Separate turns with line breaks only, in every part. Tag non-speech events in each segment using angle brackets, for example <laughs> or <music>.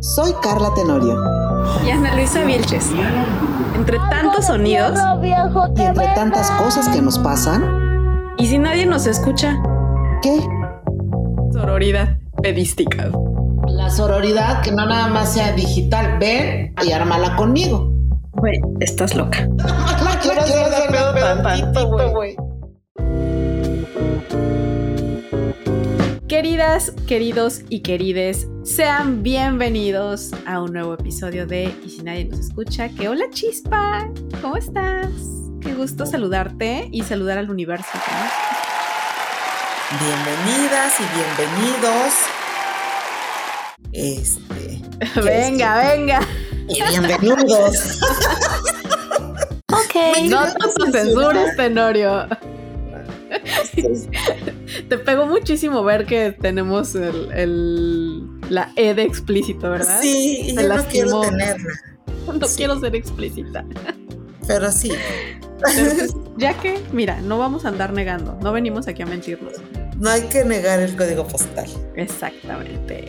Soy Carla Tenorio.
Y Ana Luisa Vilches. Entre tantos sonidos
Y entre tantas cosas que nos pasan,
y si nadie nos escucha,
¿qué?
sororidad pedística.
La sororidad que no nada más sea digital, ven y ármala conmigo.
Güey, estás loca.
La quiero hacer de pedo tantito, güey.
Queridas, queridos y querides, sean bienvenidos a un nuevo episodio de Y si nadie nos escucha, que hola chispa, ¿cómo estás? Qué gusto saludarte y saludar al universo. ¿no?
Bienvenidas y bienvenidos. Este.
Venga, venga.
Y
<laughs>
bienvenidos.
Ok.
No te autocensures, Tenorio.
<laughs>
Te pegó muchísimo ver que tenemos el, el- la E de explícito, ¿verdad?
sí, y
Te
yo no quiero
lastimó.
tenerla.
No
sí.
quiero ser explícita.
Pero sí.
Pero
<laughs>
pues, ya que, mira, no vamos a andar negando, no venimos aquí a mentirnos.
No hay que negar el código postal.
Exactamente.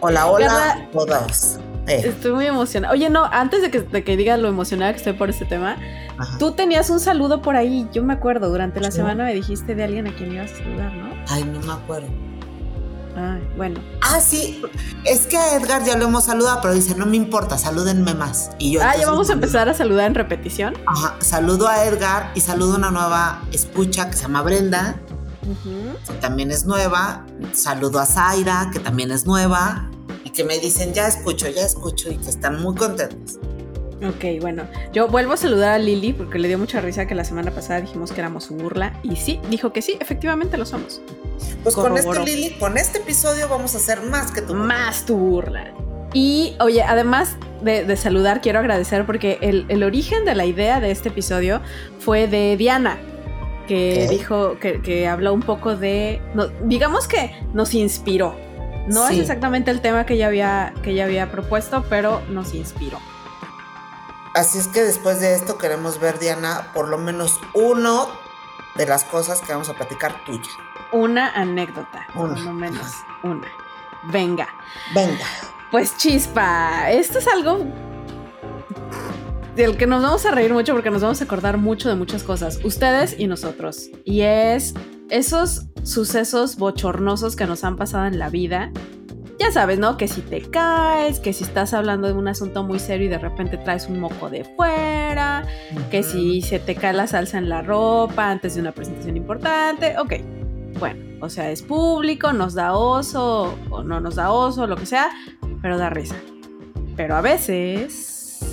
Hola, hola,
Carla.
todos. Eh,
Estoy muy emocionada. Oye, no, antes de que, de que diga lo emocionada que estoy por este tema,
ajá.
tú tenías un saludo por ahí, yo me acuerdo, durante la
Sí.
semana me dijiste de alguien a quien ibas a saludar, ¿no?
Ay, no me acuerdo.
Ay, bueno.
Ah, sí. Es que a Edgar ya lo hemos saludado, pero dice, no me importa, salúdenme más. Y yo.
Ah, ya
entonces,
vamos a empezar a saludar en repetición.
Ajá, saludo a Edgar y saludo a una nueva escucha que se llama Brenda.
Ujú.
que también es nueva. Saludo a Zaira, que también es nueva. Y que me dicen, ya escucho, ya escucho. Y que están muy contentos.
Ok, bueno, yo vuelvo a saludar a Lili porque le dio mucha risa que la semana pasada dijimos que éramos su burla y sí, dijo que sí, efectivamente lo somos.
Pues con
Corroboro.
este, Lili, con este episodio vamos a hacer más que tu
Más tu burla. Y oye, además de, de saludar, quiero agradecer porque el, el origen de la idea de este episodio fue de Diana, que
Ok.
dijo, que, que habló un poco de, no, digamos que nos inspiró. No es
Sí.
exactamente el tema que ella había, que ella había propuesto, pero nos inspiró.
Así es que después de esto queremos ver, Diana, por lo menos uno de las cosas que vamos a platicar tuya.
Una anécdota, por
Una.
lo menos una. Venga.
Venga.
Pues chispa, esto es algo del que nos vamos a reír mucho porque nos vamos a acordar mucho de muchas cosas, ustedes y nosotros. Y es esos sucesos bochornosos que nos han pasado en la vida. Ya sabes, ¿no? Que si te caes, que si estás hablando de un asunto muy serio y de repente traes un moco de fuera, que si se te cae la salsa en la ropa antes de una presentación importante, ok. Bueno, o sea, es público, nos da oso o no nos da oso, lo que sea, pero da risa. Pero a veces...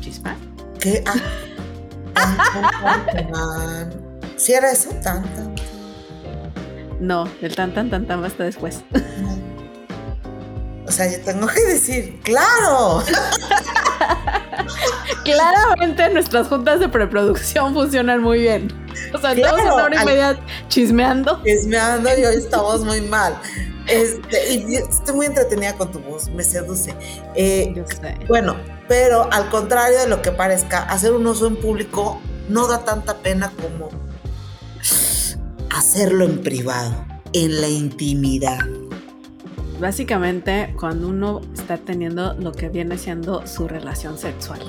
Chispa.
¿Qué? Ah. Tan, tan,
Ah.
tan, tan. Si era eso, tan, tan.
No, el tan tan tan tan va hasta después.
O sea, yo tengo que decir, claro.
Claramente nuestras juntas de preproducción funcionan muy bien. O sea, estamos
Claro,
una hora y
al-
media chismeando.
Esmeando y hoy estamos muy mal. Este, y yo estoy muy entretenida con tu voz, me seduce. Eh,
Yo sé.
bueno, pero al contrario de lo que parezca, hacer un oso en público no da tanta pena como hacerlo en privado, en la intimidad.
Básicamente, cuando uno está teniendo lo que viene siendo su relación sexual.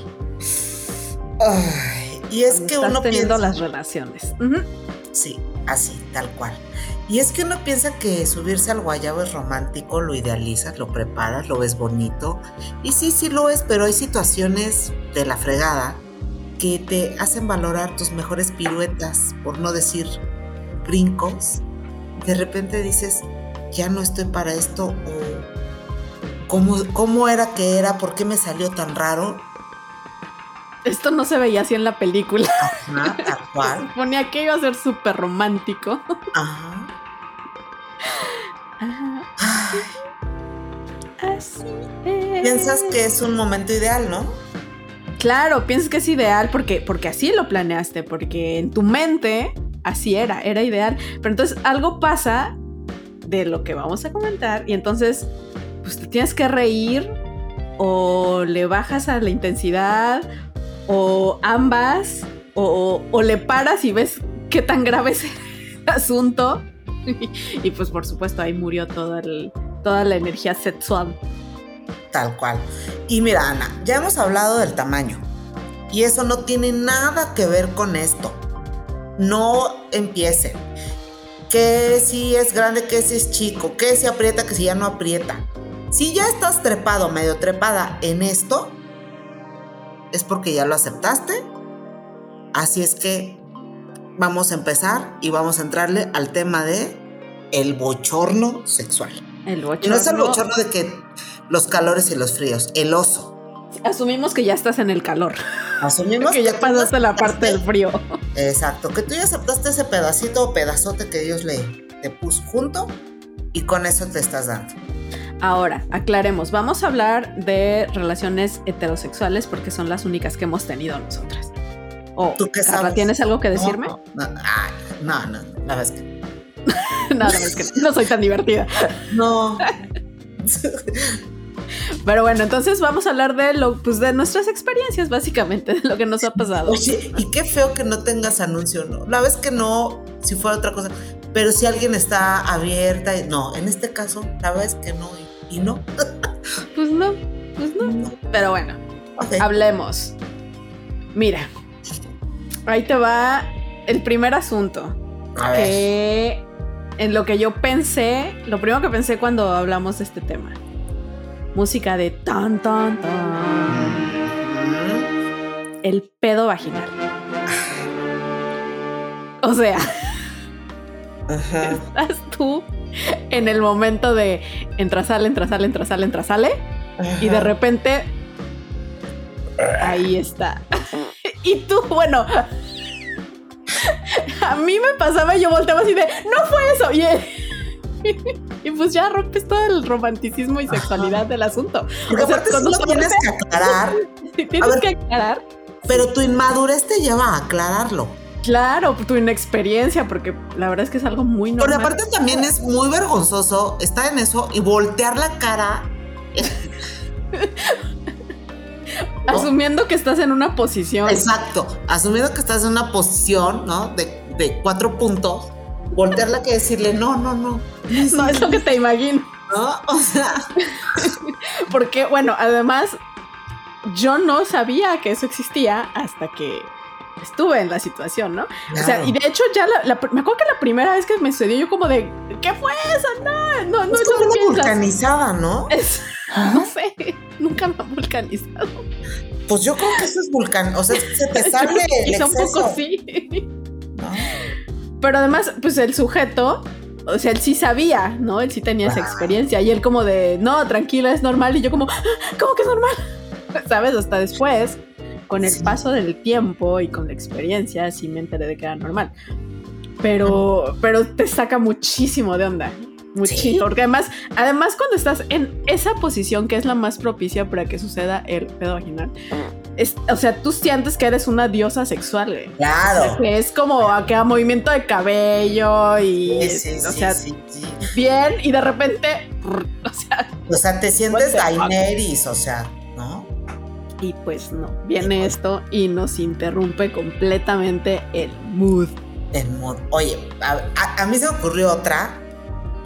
Ay, y es
Cuando
que
estás
uno
teniendo
piensa.
las relaciones. Ujú.
Sí, así, tal cual. Y es que uno piensa que subirse al guayabo es romántico, lo idealizas, lo preparas, lo ves bonito. Y sí, sí lo es, pero hay situaciones de la fregada que te hacen valorar tus mejores piruetas, por no decir brincos. De repente dices, ya no estoy para esto, o ¿cómo, cómo era que era? ¿Por qué me salió tan raro?
Esto no se veía así en la película. <laughs>
Ajá, tal cual.
Ponía que iba a ser súper romántico.
Ajá.
Ah,
Ay,
Así es.
Piensas que es un momento ideal, ¿no?
Claro, piensas que es ideal porque, porque así lo planeaste, porque en tu mente así era, era ideal. Pero entonces algo pasa de lo que vamos a comentar y entonces pues te tienes que reír o le bajas a la intensidad o ambas o, o le paras y ves qué <laughs> tan grave es el asunto. Y, pues por supuesto ahí murió todo el, toda la energía sexual.
Tal cual. Y mira, Ana, ya hemos hablado del tamaño. Y eso no tiene nada que ver con esto. No empiecen. Que si es grande, que si es chico, que si aprieta, que si ya no aprieta. Si ya estás trepado, medio trepada en esto, es porque ya lo aceptaste. Así es que vamos a empezar y vamos a entrarle al tema de el bochorno sexual.
El
Y
bochorno.
no es el bochorno de que los calores y los fríos, el oso. Ah,
Asumimos que ya estás en el calor,
Asumimos
que ya
tú
pasaste la parte del
aceptaste-
frío.
Exacto, que tú ya aceptaste ese pedacito o pedazote que Dios le te puso junto y con eso te estás dando.
<laughs> Ahora, aclaremos, vamos a hablar de relaciones heterosexuales porque son las únicas que hemos tenido nosotras. O,
¿Tú qué
Carla,
sabes?
¿tienes algo que decirme? <laughs>
No, no, no, ay, no, no, no, la verdad es que no.
Nada más que no soy tan divertida.
no.
Pero bueno, entonces vamos a hablar de lo, pues de nuestras experiencias, básicamente, de lo que nos ha
<laughs>
pasado.
Oye, y qué feo que no tengas anuncio, ¿no? La vez que no, si fuera otra cosa, pero si alguien está abierta, y- no, en este caso, la verdad es que no, y, y no. <laughs>
Pues no, pues no. Eh.
no.
Pero bueno,
Ok.
hablemos. Mira, ahí te va el primer asunto.
A ver,
que en lo que yo pensé, lo primero que pensé cuando hablamos de este tema. Música de tan tan tan.
Mm,
El pedo vaginal. O sea, <laughs>
Ajá.
estás tú en el momento de entra, sale, entra, sale, entra, sale, entra, sale. Y de
ajá.
repente. Ahí está. <laughs> Y tú, bueno. <laughs> A mí me pasaba y yo volteaba así de. ¡No fue eso! Y, <laughs> y pues ya rompes todo el romanticismo y sexualidad del asunto.
Porque
o sea,
aparte sí
cuando
lo
te
tienes que aclarar,
Si tienes
ver.
que aclarar.
pero tu inmadurez te lleva a aclararlo.
Claro, tu inexperiencia, porque la verdad es que es algo muy normal.
Porque aparte también es muy vergonzoso estar en eso y voltear la cara.
Asumiendo que estás en una posición.
Exacto. Asumiendo que estás en una posición, ¿no? De, de cuatro puntos. Voltearla que decirle, no, no, no.
No es lo que te imagino.
¿No? O sea,
Porque, bueno, además, yo no sabía que eso existía hasta que estuve en la situación, ¿no? O sea,
claro.
y de hecho ya la, la pr- me acuerdo que la primera vez que me sucedió yo como de, ¿qué fue eso? No, no, no,
es
no
como una
piensas.
vulcanizada, ¿no?
<laughs> Es- no sé, nunca me han vulcanizado.
Pues yo creo que eso es vulcan. O sea, se te
<laughs> Yo creo
sale
que
el exceso.
quizá un poco sí.
¿no?
Pero además, pues el sujeto, o sea, él sí sabía, ¿no? Él sí tenía
Ah.
esa experiencia. Y él como de, no, tranquila, es normal. Y yo como, "Ah, ¿cómo que es normal? <laughs> ¿Sabes? Hasta después, con el
Sí.
paso del tiempo y con la experiencia, sí me enteré de que era normal. Pero, pero te saca muchísimo de onda. Muchísimo.
Sí.
Porque además, además, cuando estás en esa posición que es la más propicia para que suceda el pedo vaginal, es- o sea, tú sientes que eres una diosa sexual, güey.
Claro.
Que <laughs> es como acá movimiento de cabello y
Sí, sí,
o
sí,
sea,
sí, sí.
bien y de repente, <laughs> brr, o sea,
O sea, te sientes
the fuck?
Daenerys, o sea, ¿no?
y pues no, viene esto y nos interrumpe completamente el mood.
del mood. Oye, a, a- a mí se me ocurrió otra.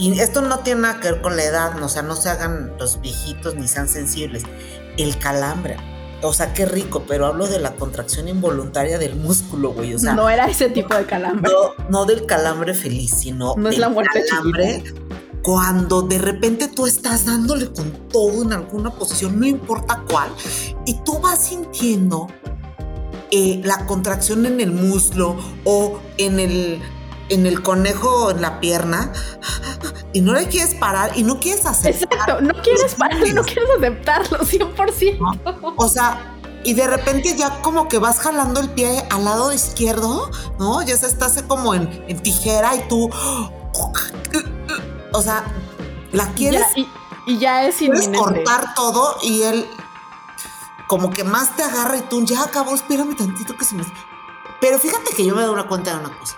Y esto no tiene nada que ver con la edad, no, o sea, no se hagan los viejitos ni sean sensibles. El calambre. O sea, qué rico, pero hablo de la contracción involuntaria del músculo, güey. O sea, no,
no era ese tipo de calambre.
no del calambre feliz, sino
No es
del
la muerte
calambre cuando de repente tú estás dándole con todo en alguna posición, no importa cuál, y tú vas sintiendo eh, la contracción en el muslo o en el, en el conejo, en la pierna, y no le quieres parar y no quieres hacer.
Exacto, no quieres parar, no quieres aceptarlo 100%.
O sea, y de repente ya como que vas jalando el pie al lado izquierdo, ¿no? Ya se estás como en, en tijera y tú. <gasps> O sea, la quieres.
Ya, y, y ya es
puedes
inminente.
cortar todo y él como que más te agarra y tú ya acabó, espérame tantito que se me... Pero fíjate que yo me doy una cuenta de una cosa.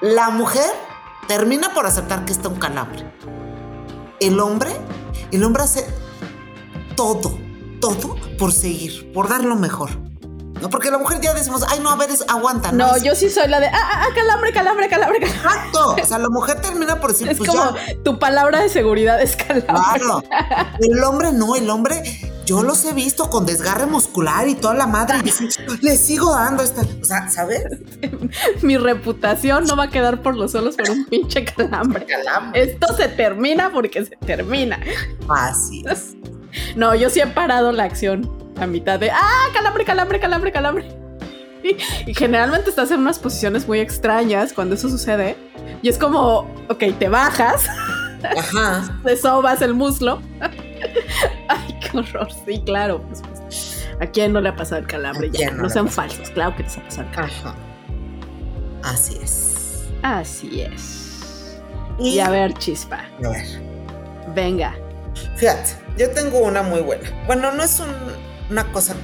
La mujer termina por aceptar que está un calambre. El hombre, el hombre hace todo, todo por seguir, por dar lo mejor. ¿no? Porque la mujer ya decimos, ay, no, a ver, es- aguanta, ¿no?
No,
Es-
yo sí soy la de, ah, ah, ah, calambre, calambre, calambre, calambre.
Exacto. O sea, la mujer termina por decir,
Es
pues
como
ya, Ah.
tu palabra de seguridad es calambre.
claro. <laughs> El hombre no, el hombre, yo los he visto con desgarre muscular y toda la madre, y dicen, le sigo dando esta. O sea, ¿sabes?
Mi reputación no va a quedar por los suelos por un pinche calambre.
Calambre.
Esto se termina porque se termina.
Así es.
No, yo sí he parado la acción a mitad de ¡Ah! Calambre, calambre, calambre, calambre. <laughs> Y generalmente estás en unas posiciones muy extrañas cuando eso sucede. Y es como, ok, te bajas, <laughs>
Ajá.
te sobas el muslo. <laughs> Ay, qué horror. Sí, claro. pues, pues, ¿A quién no le ha pasado el calambre?
¿A
Ya,
quién no
no
le
sean falsos. Claro que les ha pasado el calambre.
Ajá. Así es.
Así es.
Y,
Y a ver, chispa.
a ver.
Venga.
Fíjate, yo tengo una muy buena. Bueno, no es un- una cosa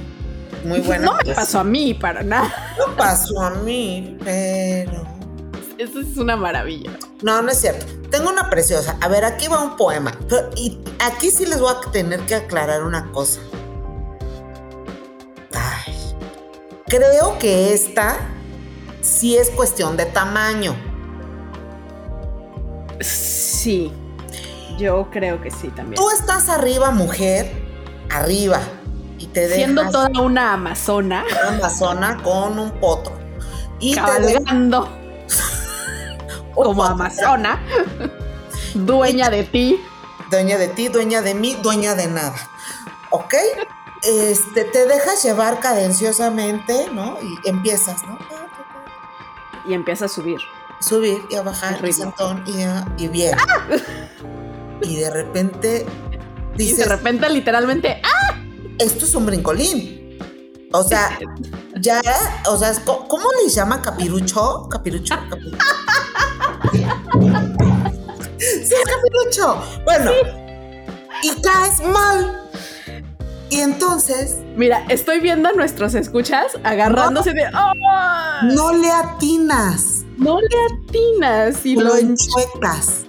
muy buena.
<laughs> no me
pues,
pasó a mí para nada. <laughs>
No pasó a mí, pero.
Eso es una maravilla.
No, no es cierto. Tengo una preciosa. A ver, aquí va un poema. Pero- y aquí sí les voy a tener que aclarar una cosa. Ay. Creo que esta sí es cuestión de tamaño.
Sí. Yo creo que sí también.
Tú estás arriba, mujer, arriba. Y te dejas
Siendo toda una amazona,
una amazona con un potro. Y te dejas
cabalgando como amazona, dueña de ti.
dueña de ti, dueña de mí, dueña de nada. ¿Ok? Este, te dejas llevar cadenciosamente, ¿no? Y empiezas, ¿no?
Y empieza a subir.
Subir y a bajar,
Horrible. ¡Ah!
y sentón, y, a- y bien. Y de repente
y
dices,
de repente, literalmente, ¡ah!
esto es un brincolín. O sea, ya, o sea, es co- ¿cómo les llama capirucho? Capirucho, capirucho. <laughs> sí, es capirucho. Bueno, y caes mal. Y entonces
Mira, estoy viendo a nuestros escuchas agarrándose de. ¡ah!
no
No,
le atinas,
le atinas y
lo
lo.
enchuecas.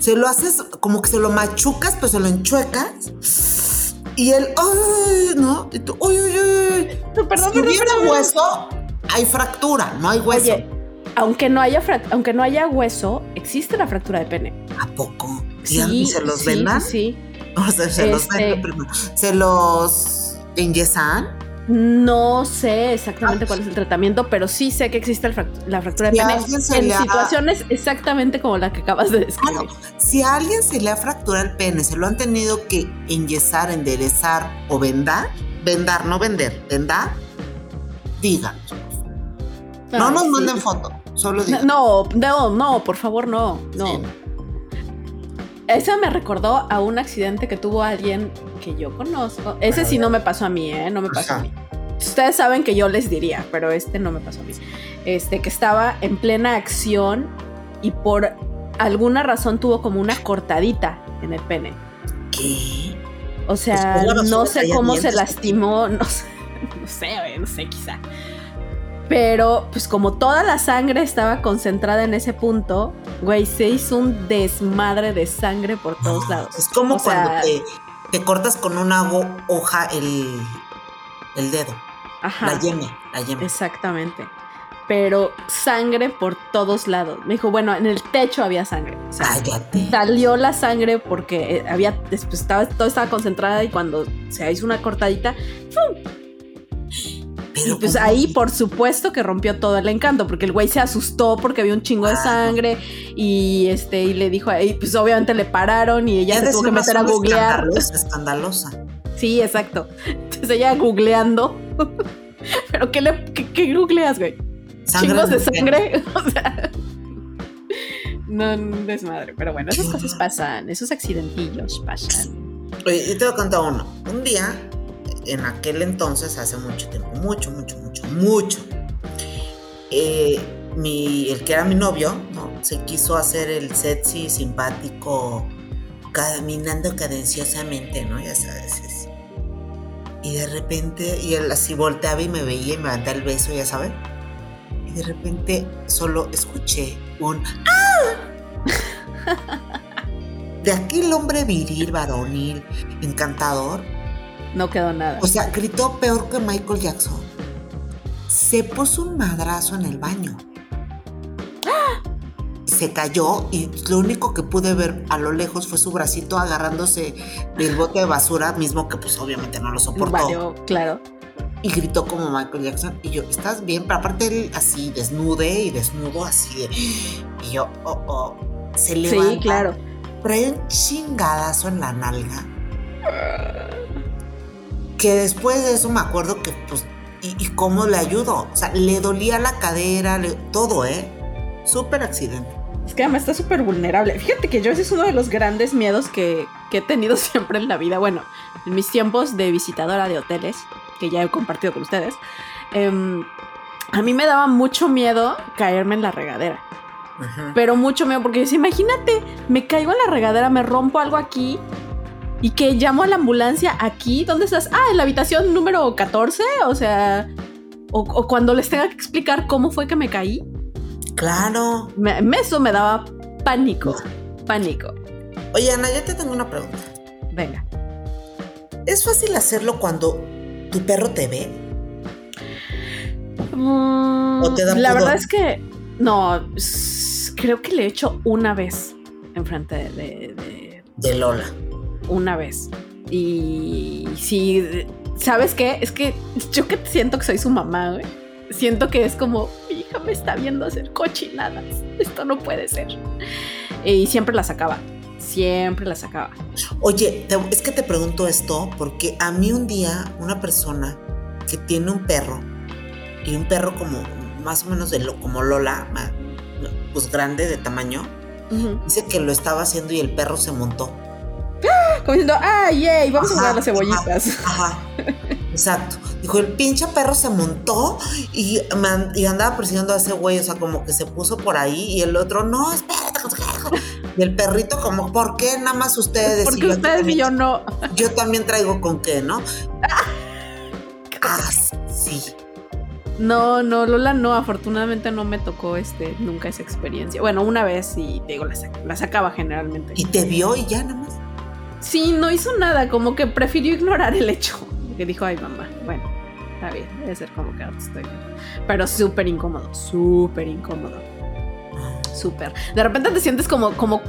Se lo haces como que se lo machucas, pero se lo enchuecas. Y él, ¡ay! ¿No? Y tú, ¡uy, uy, uy!
Perdón, perdón,
si hubiera
perdón.
hueso, hay fractura, no hay hueso.
Oye, aunque no, haya frac- aunque no haya hueso, existe la fractura de pene.
¿A poco?
Sí,
¿Y ¿Se los ah?
sí,
venan?
Sí.
<laughs> O sea, se los
Este-
venan primero. ¿Se los enyesan?
No sé exactamente cuál es el tratamiento, pero sí sé que existe el frac- la fractura de
Si a
pene
alguien se
en
le ha- Ah,
situaciones exactamente como la que acabas de describir.
Claro, si a alguien se le ha fracturado el pene, ¿se lo han tenido que enyesar, enderezar o vendar? Vendar, no vender, vendar. Digan. No
Ay,
nos
Ah, sí.
manden foto, solo digan.
No, no, no, por favor, no, no.
Sí.
Esa me recordó a un accidente que tuvo alguien que yo conozco. Ese sí no me pasó a mí, ¿eh? No me pasó a
Ajá.
mí. Ustedes saben que yo les diría, pero este no me pasó a mí. Este, que estaba en plena acción y por alguna razón tuvo como una cortadita en el pene.
¿Qué?
O sea,
Pues, ¿cómo la
no
basura
sé
traía
cómo se
dientes?
lastimó, <laughs> no sé, no sé, güey, no sé, quizá. Pero, pues como toda la sangre estaba concentrada en ese punto, güey, se hizo un desmadre de sangre por
Ah,
todos lados.
Es como
O sea,
cuando te, te cortas con una ho- hoja el, el dedo,
Ajá,
la yema, la yema.
exactamente. Pero sangre por todos lados. Me dijo, bueno, en el techo había sangre. O sea,
Cállate.
salió la sangre porque eh, había, después estaba, todo estaba concentrada y cuando se hizo una cortadita, Y
Pero
pues
¿cómo?
ahí, por supuesto, que rompió todo el encanto, porque el güey se asustó porque vio un chingo de
Ah.
sangre y este y le dijo, y pues obviamente le pararon y ella
Ya
se tuvo que meter a googlear.
Escandalosa, escandalosa.
Sí, exacto. Entonces ella googleando. <laughs> Pero qué le qué, qué googleas, güey?
Sangre
Chingos de
en el
sangre, <laughs> o sea, no un desmadre, pero bueno, esas cosas pasan, esos accidentillos pasan.
Oye, yo te voy a contar uno. Un día, en aquel entonces, hace mucho tiempo, mucho, mucho, mucho, mucho, eh, mi, el que era mi novio, ¿no? Se quiso hacer el sexy, simpático, caminando cadenciosamente, ¿no? Ya sabes. es- Y de repente, y él así volteaba y me veía y me daba el beso, ya sabes. Y de repente solo escuché un ¡Ah! De aquel hombre viril, varonil, encantador,
No quedó nada.
Pues, o sea, gritó peor que Michael Jackson. se puso un madrazo en el baño. Se cayó y lo único que pude ver a lo lejos fue su bracito agarrándose del bote de basura, mismo que pues obviamente no lo soportó.
Valió, claro.
Y gritó como Michael Jackson. Y yo, ¿estás bien? Pero aparte él así desnude y desnudo así de... Y yo, oh, oh. Se levanta.
Sí, claro.
Trae un chingadazo en la nalga. Que después de eso me acuerdo que pues... ¿Y, y cómo le ayudo? O sea, le dolía la cadera, le- todo, ¿eh? Súper accidente.
Es que además está súper vulnerable. Fíjate que yo ese es uno de los grandes miedos que, que he tenido <laughs> siempre en la vida. Bueno, en mis tiempos de visitadora de hoteles, que ya he compartido con ustedes, em, a mí me daba mucho miedo caerme en la regadera.
Ajá.
Pero mucho miedo, porque yo decía, imagínate, me caigo en la regadera, me rompo algo aquí y que llamo a la ambulancia aquí. ¿Dónde estás? Ah, en la habitación número 14. O sea, o- o cuando les tenga que explicar cómo fue que me caí.
Claro.
Me, me- eso me daba pánico. Pánico.
Oye, Ana, yo te tengo una pregunta.
Venga.
¿Es fácil hacerlo cuando tu perro te ve?
Mm,
¿O te da
la
pudor?
verdad es que no. s- Creo que le he hecho una vez enfrente de, de- de-
De Lola.
una vez. Y sí, ¿sabes qué? Es que yo que siento que soy su mamá, güey. Siento que es como, mi hija me está viendo hacer cochinadas. Esto no puede ser. Y siempre la sacaba. Siempre la sacaba.
Oye, te- es que te pregunto esto porque a mí un día una persona que tiene un perro y un perro como más o menos de lo, como Lola, ma- pues grande de tamaño,
Ujú.
dice que lo estaba haciendo y el perro se montó.
Como diciendo, ¡ay, yay! Vamos a
Ajá,
jugar a las cebollitas. <laughs>
Ajá. Exacto. Dijo, el pinche perro se montó y, me an- y andaba persiguiendo a ese güey, o sea, como que se puso por ahí y el otro, no, espérate. Y el perrito como, ¿por qué nada más ustedes?
Porque
Y yo,
ustedes y
también,
yo no.
yo también traigo con qué, ¿no? Ah, sí.
No, no, Lola no, afortunadamente no me tocó este, nunca esa experiencia. Bueno, una vez y te digo, la, sac- la sacaba generalmente.
Y te vio y ya nada más.
Sí, no hizo nada, como que prefirió ignorar el hecho. Que dijo, ay mamá, bueno, está bien, debe ser como que ahora estoy bien". Pero súper incómodo, súper incómodo, súper. De repente te sientes como, como,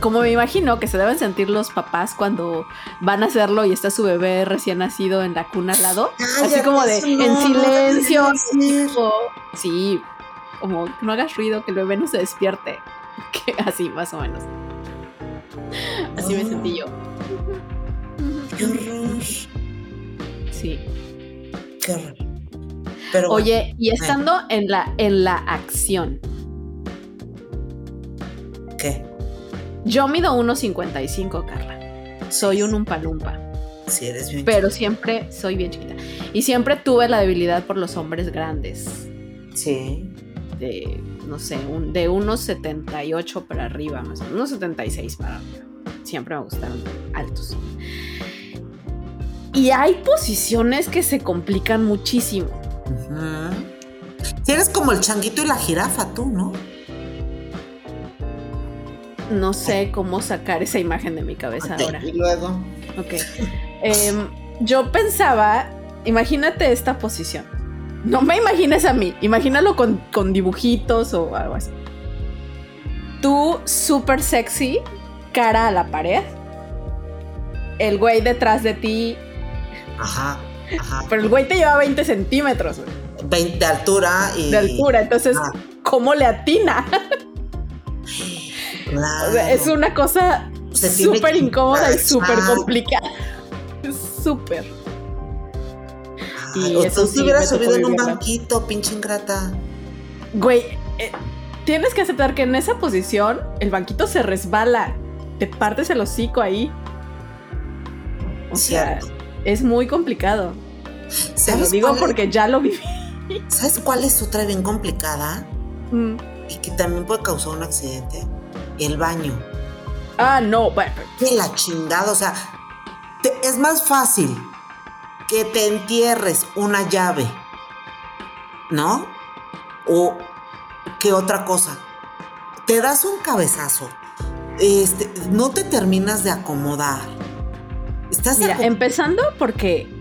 como me imagino que se deben sentir los papás cuando van a hacerlo y está su bebé recién nacido en la cuna al lado. Así
Cállate,
como de
eso no,
en
no
silencio.
debería ser.
o- sí, como que no hagas ruido, que el bebé no se despierte. <laughs> Que así, más o menos. Así me
No.
sentí yo.
Qué horror,
Sí.
qué horror. Pero bueno,
Oye, y estando en la, en la acción,
¿qué?
yo mido 1,55, Carla. Soy un umpalumpa,
Si eres bien
pero siempre soy bien chiquita. Y siempre tuve la debilidad por los hombres grandes.
chiquita. Sí.
de, no sé, un, de unos 78 para arriba, más o menos, unos 76 para arriba. Siempre me gustaron altos. Y hay posiciones que se complican muchísimo.
Ujú. Si eres como el changuito y la jirafa, tú, ¿no?
No sé cómo sacar esa imagen de mi cabeza
Ok,
Pues ahora.
Y luego.
Ok. Em, yo pensaba, imagínate esta posición. No me imagines a mí, imagínalo con, con dibujitos o algo así. Tú súper sexy, cara a la pared. El güey detrás de ti,
Ajá, ajá.
pero el güey te lleva 20 centímetros güey,
20 de altura y.
de altura, entonces,
Ah.
¿cómo le atina?
Claro.
O sea, es una cosa
Se tiene
súper
que
incómoda y
quitar,
súper
ah.
complicada. Súper.
Ay,
y
o
eso
tú
sí
te
me
hubieras
tocó
subido en un
vivirlo.
banquito, pinche ingrata.
Güey, eh, tienes que aceptar que en esa posición el banquito se resbala. Te partes el hocico ahí. O
Cierto.
sea, es muy complicado. Te lo
¿Sabes,
digo
cuál es-
porque ya lo viví.
¿Sabes cuál es otra bien complicada?
Mm.
Y que también puede causar un accidente. El baño.
Ah, no. bueno, pero-
Que la chingada, o sea, te- es más fácil que te entierres una llave, ¿no? O que otra cosa. Te das un cabezazo, este, no te terminas de acomodar. Estás
Mira,
acom-
empezando porque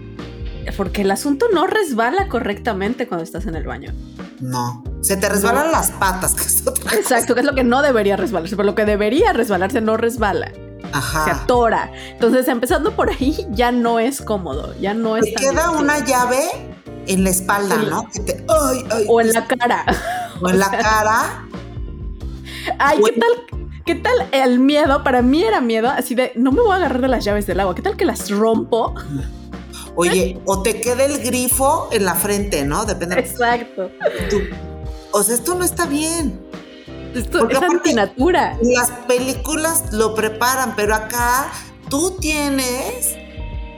Porque el asunto no resbala correctamente cuando estás en el baño.
No. Se te resbalan las patas, <laughs> que es otra cosa.
Exacto, que es lo que no debería resbalarse, pero lo que debería resbalarse no resbala, se
Ajá.
atora. Entonces, empezando por ahí, ya no es cómodo, ya no es
Te
tan
queda
divertido.
una llave en la espalda,
Sí.
¿no? Que te- ay, ay,
O en la cara.
o en la cara.
<laughs> Ay, ¿qué tal? ¿Qué tal el miedo? Para mí era miedo, así de, no me voy a agarrar de las llaves del agua. ¿Qué tal que
<laughs>
las rompo?
Oye, o te queda el grifo en la frente, ¿no? Depende. de-
Exacto.
tú. O sea, esto no está bien.
Esto
Porque
es
aparte-
antinatura.
Las películas lo preparan, pero acá tú tienes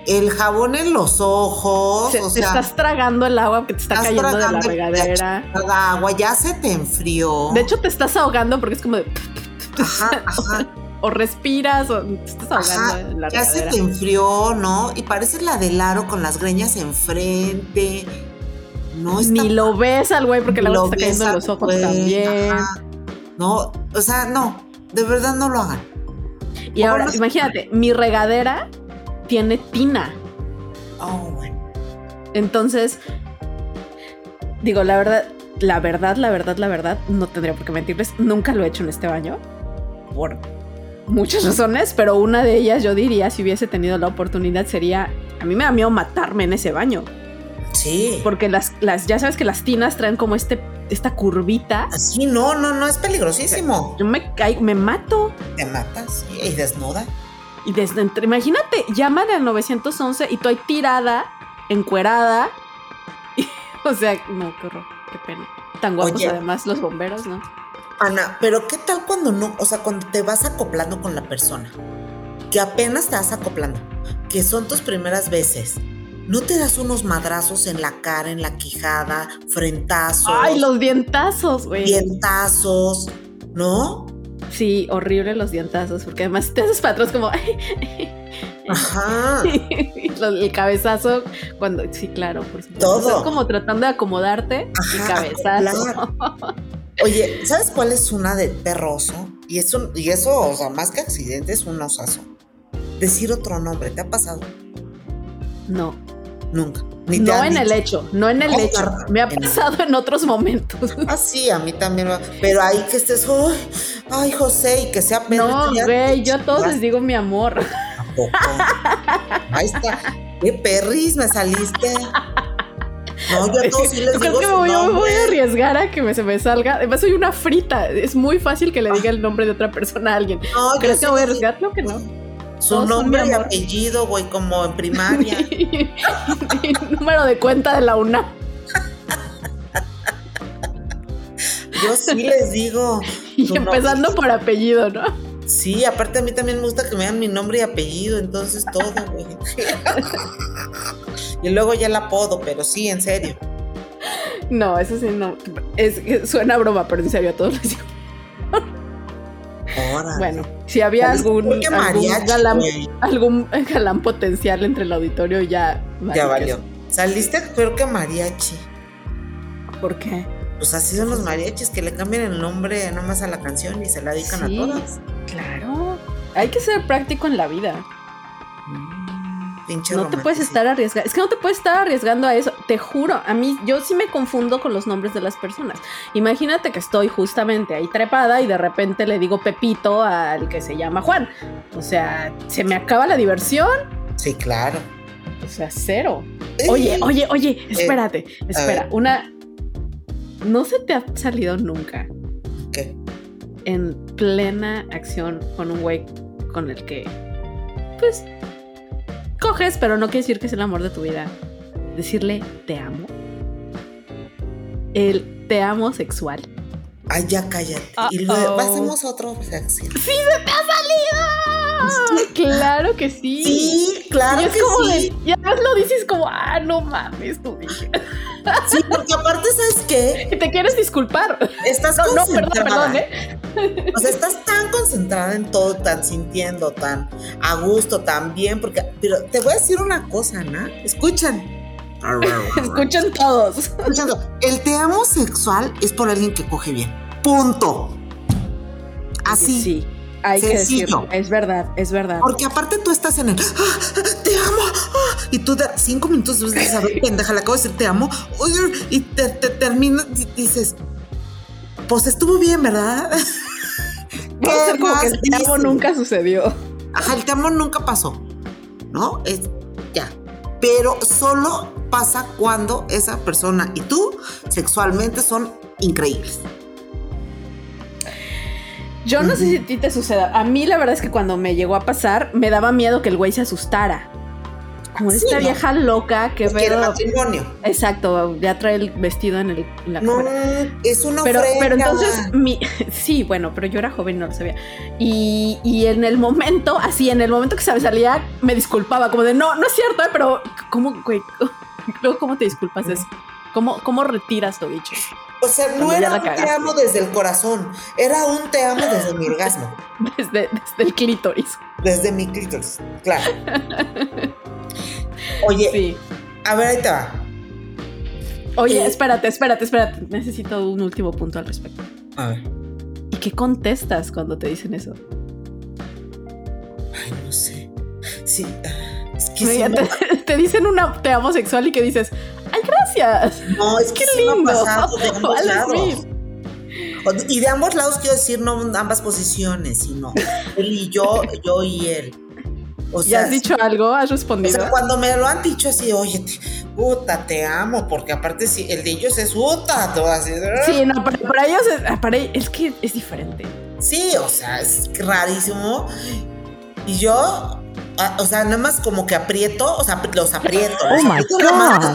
el jabón en los ojos,
Se-
o
te
sea,
estás tragando el agua que te está
estás
cayendo de la
tragando el
regadera.
cada agua ya se te enfrió.
De hecho, te estás ahogando porque es como de,
ajá, ajá,
o respiras o te estás ahogando
ajá,
en la
ya se
regadera.
te enfrió, ¿no? Y parece la del aro con las greñas enfrente. No está
Ni lo ves al güey porque el agua te está cayendo en los ojos también.
No, o sea, no, de verdad no lo hagan.
Y ahora,
Ahora-
imagínate, mi regadera tiene tina.
Oh, bueno.
Entonces, digo, la verdad, la verdad, la verdad, la verdad, no tendría por qué mentirles. Nunca lo he hecho en este baño. Por muchas razones, pero una de ellas yo diría, si hubiese tenido la oportunidad, sería... A mí me da miedo matarme en ese baño.
Sí.
Porque las, las ya sabes que las tinas traen como este, esta curvita.
Así no, no, no, es peligrosísimo.
Yo me caigo, me mato.
Te matas sí, y desnuda.
Y desde entre- imagínate, llaman al 911 y estoy tirada, encuerada. <laughs> o sea, no, qué horror, qué pena. Tan guapos
Oye.
además los bomberos, ¿no?
Ana, pero ¿qué tal cuando no? O sea, cuando te vas acoplando con la persona, que apenas te vas acoplando, que son tus primeras veces. ¿No te das unos madrazos en la cara, en la quijada, frentazos,
Ay, los dientazos, güey.
dientazos, ¿no?
Sí, horrible los dientazos, porque además te haces para atrás como <laughs> ay,
Ajá.
lo- el cabezazo cuando sí, claro, por supuesto.
Todo.
Estás como tratando de acomodarte el
Ajá,
cabezazo.
Oye, ¿sabes cuál es una de perroso? Y eso, y eso, o sea, más que accidente, es un osazo. Decir otro nombre, ¿te ha pasado?
No,
Nunca. Ni te
no
han
en el
dicho.
hecho, no en el
Ay,
hecho.
no.
Me ha
En-
pasado en otros momentos.
Ah, sí, a mí también. me- Pero ahí que estés, ay, ay, José, y que sea Pedro.
No,
tú ya-
güey, yo a todos
Ya,
les digo mi amor.
tampoco. Ahí está. Qué perris me saliste. No, yo a todos sí les
Yo
digo
creo que me
su
voy, yo me
nombre.
voy a arriesgar a que me, se me salga. Además, soy una frita. Es muy fácil que le diga el nombre de otra persona a alguien.
No, yo
¿Crees que
Ah. sí
voy a
les digo
arriesgar? Creo que
<laughs>
no. <laughs>
Su
Todos son
nombre
mi
y
amor.
apellido, güey, como en
<laughs>
primaria.
Mi número de cuenta de la UNAM.
Yo sí les digo.
Y
Tu nombre.
empezando por apellido, ¿no?
Sí, aparte a mí también me gusta que me dan mi nombre y apellido, entonces todo,
<laughs>
güey. Y luego ya el apodo, pero sí, en serio.
No, eso sí no. Es, es- suena a broma, pero en serio a todos les digo.
Ahora.
Bueno, si había algún,
Porque
algún
mariachi,
galán,
güey.
algún galán potencial entre el auditorio, ya.
Ya
vale que-
valió. Saliste peor que mariachi.
¿Por qué?
Pues así son los mariachis que le cambian el nombre nomás a la canción y se la dedican
Sí.
a todas.
Claro. Hay que ser práctico en la vida.
Pinche
Mm. No te puedes
romanticismo.
estar arriesgando. Es que no te puedes estar arriesgando a eso. Te juro, a mí yo sí me confundo con los nombres de las personas. Imagínate que estoy justamente ahí trepada y de repente le digo Pepito al que se llama Juan. O sea, se me acaba la diversión.
Sí, claro.
O sea, cero. Oye, oye, oye, espérate, espera.
Eh, ver.
Una. No se te ha salido nunca
¿Qué?
en plena acción con un güey con el que, pues, coges, pero no quiere decir que es el amor de tu vida. Decirle te amo. El te amo sexual.
Ay, ya cállate. Y
Uh-oh.
luego pasamos a otro sexy.
<laughs> Claro que sí.
Sí,
Y
claro
es
que
como
sí.
de- y además lo dices como, ah, no mames, tú dije.
Sí, porque aparte, ¿sabes qué?
Y <laughs> te quieres disculpar.
Estás
<laughs> No, no,
concentrada.
perdón, perdón, ¿eh?
O sea, estás tan concentrada en todo, tan sintiendo, tan a gusto, tan bien, porque. Pero te voy a decir una cosa, Ana. Escuchan.
Escuchen todos.
Escuchando. El te amo sexual es por alguien que coge bien. Punto. Así.
Sí. Hay
Sencillo.
que decirlo. Es verdad, es verdad.
Porque aparte tú estás en el "Ah, ah, te amo ah", y tú da cinco minutos después de
<laughs>
saber pendeja, le acabo de decir te amo uy, uy", y te, te terminas y dices pues estuvo bien, ¿verdad?
Vamos a hacer como que
más
el te amo
dices?
nunca sucedió.
Ajá, el te amo nunca pasó, ¿no? Es ya. Pero solo pasa cuando esa persona y tú sexualmente son increíbles.
Yo no sé
Ujú.
si a ti te suceda. A mí la verdad es que cuando me llegó a pasar, me daba miedo que el güey se asustara. Como
Sí,
esta
¿no?
vieja loca que
Porque el
veo.
matrimonio.
Exacto, ya trae el vestido en, el, en la
No,
cámara.
es una
Pero,
ofrenda.
pero entonces, mi, <laughs> sí, bueno, pero yo era joven, no lo sabía. Y, y en el momento, así, en el momento que se me salía, me disculpaba, como de, no, no es cierto, ¿eh? pero ¿cómo, güey? <laughs> Luego, ¿cómo te disculpas eso? ¿Cómo, ¿Cómo retiras lo dicho? <laughs>
O sea, no
Cuando ya
era
la
un te
cagaste.
amo desde el corazón, era un te amo desde mi orgasmo,
Desde, desde el clítoris.
desde mi clítoris, claro. Oye,
Sí.
a ver, ahí te va.
Oye,
Eh.
espérate, espérate, espérate. Necesito un último punto al respecto.
A ver.
¿Y qué contestas cuando te dicen eso?
Ay, no sé. Sí, ah, es que sí
Oye,
me-
te, te dicen una te amo sexual y que dices, ay, gracias.
No, es que
Qué
sí me ha
lindo.
pasado
<laughs>
de ambos
Vale,
lados.
sí.
O- Y de ambos lados quiero decir no ambas posiciones, sino él y yo, yo y él. O
¿Ya
sea,
has dicho algo? ¿Has
o
respondido?
sea, cuando me lo han dicho así, oye, te- puta, te amo, porque aparte si el de ellos es puta, todo así.
Sí, no, para, para ellos es, ah, para e- es que es diferente.
Sí, o sea, es rarísimo. Y yo, a- o sea, nada más como que aprieto, o sea, apri- los aprieto.
Oh
los
my
aprieto la <laughs> mano.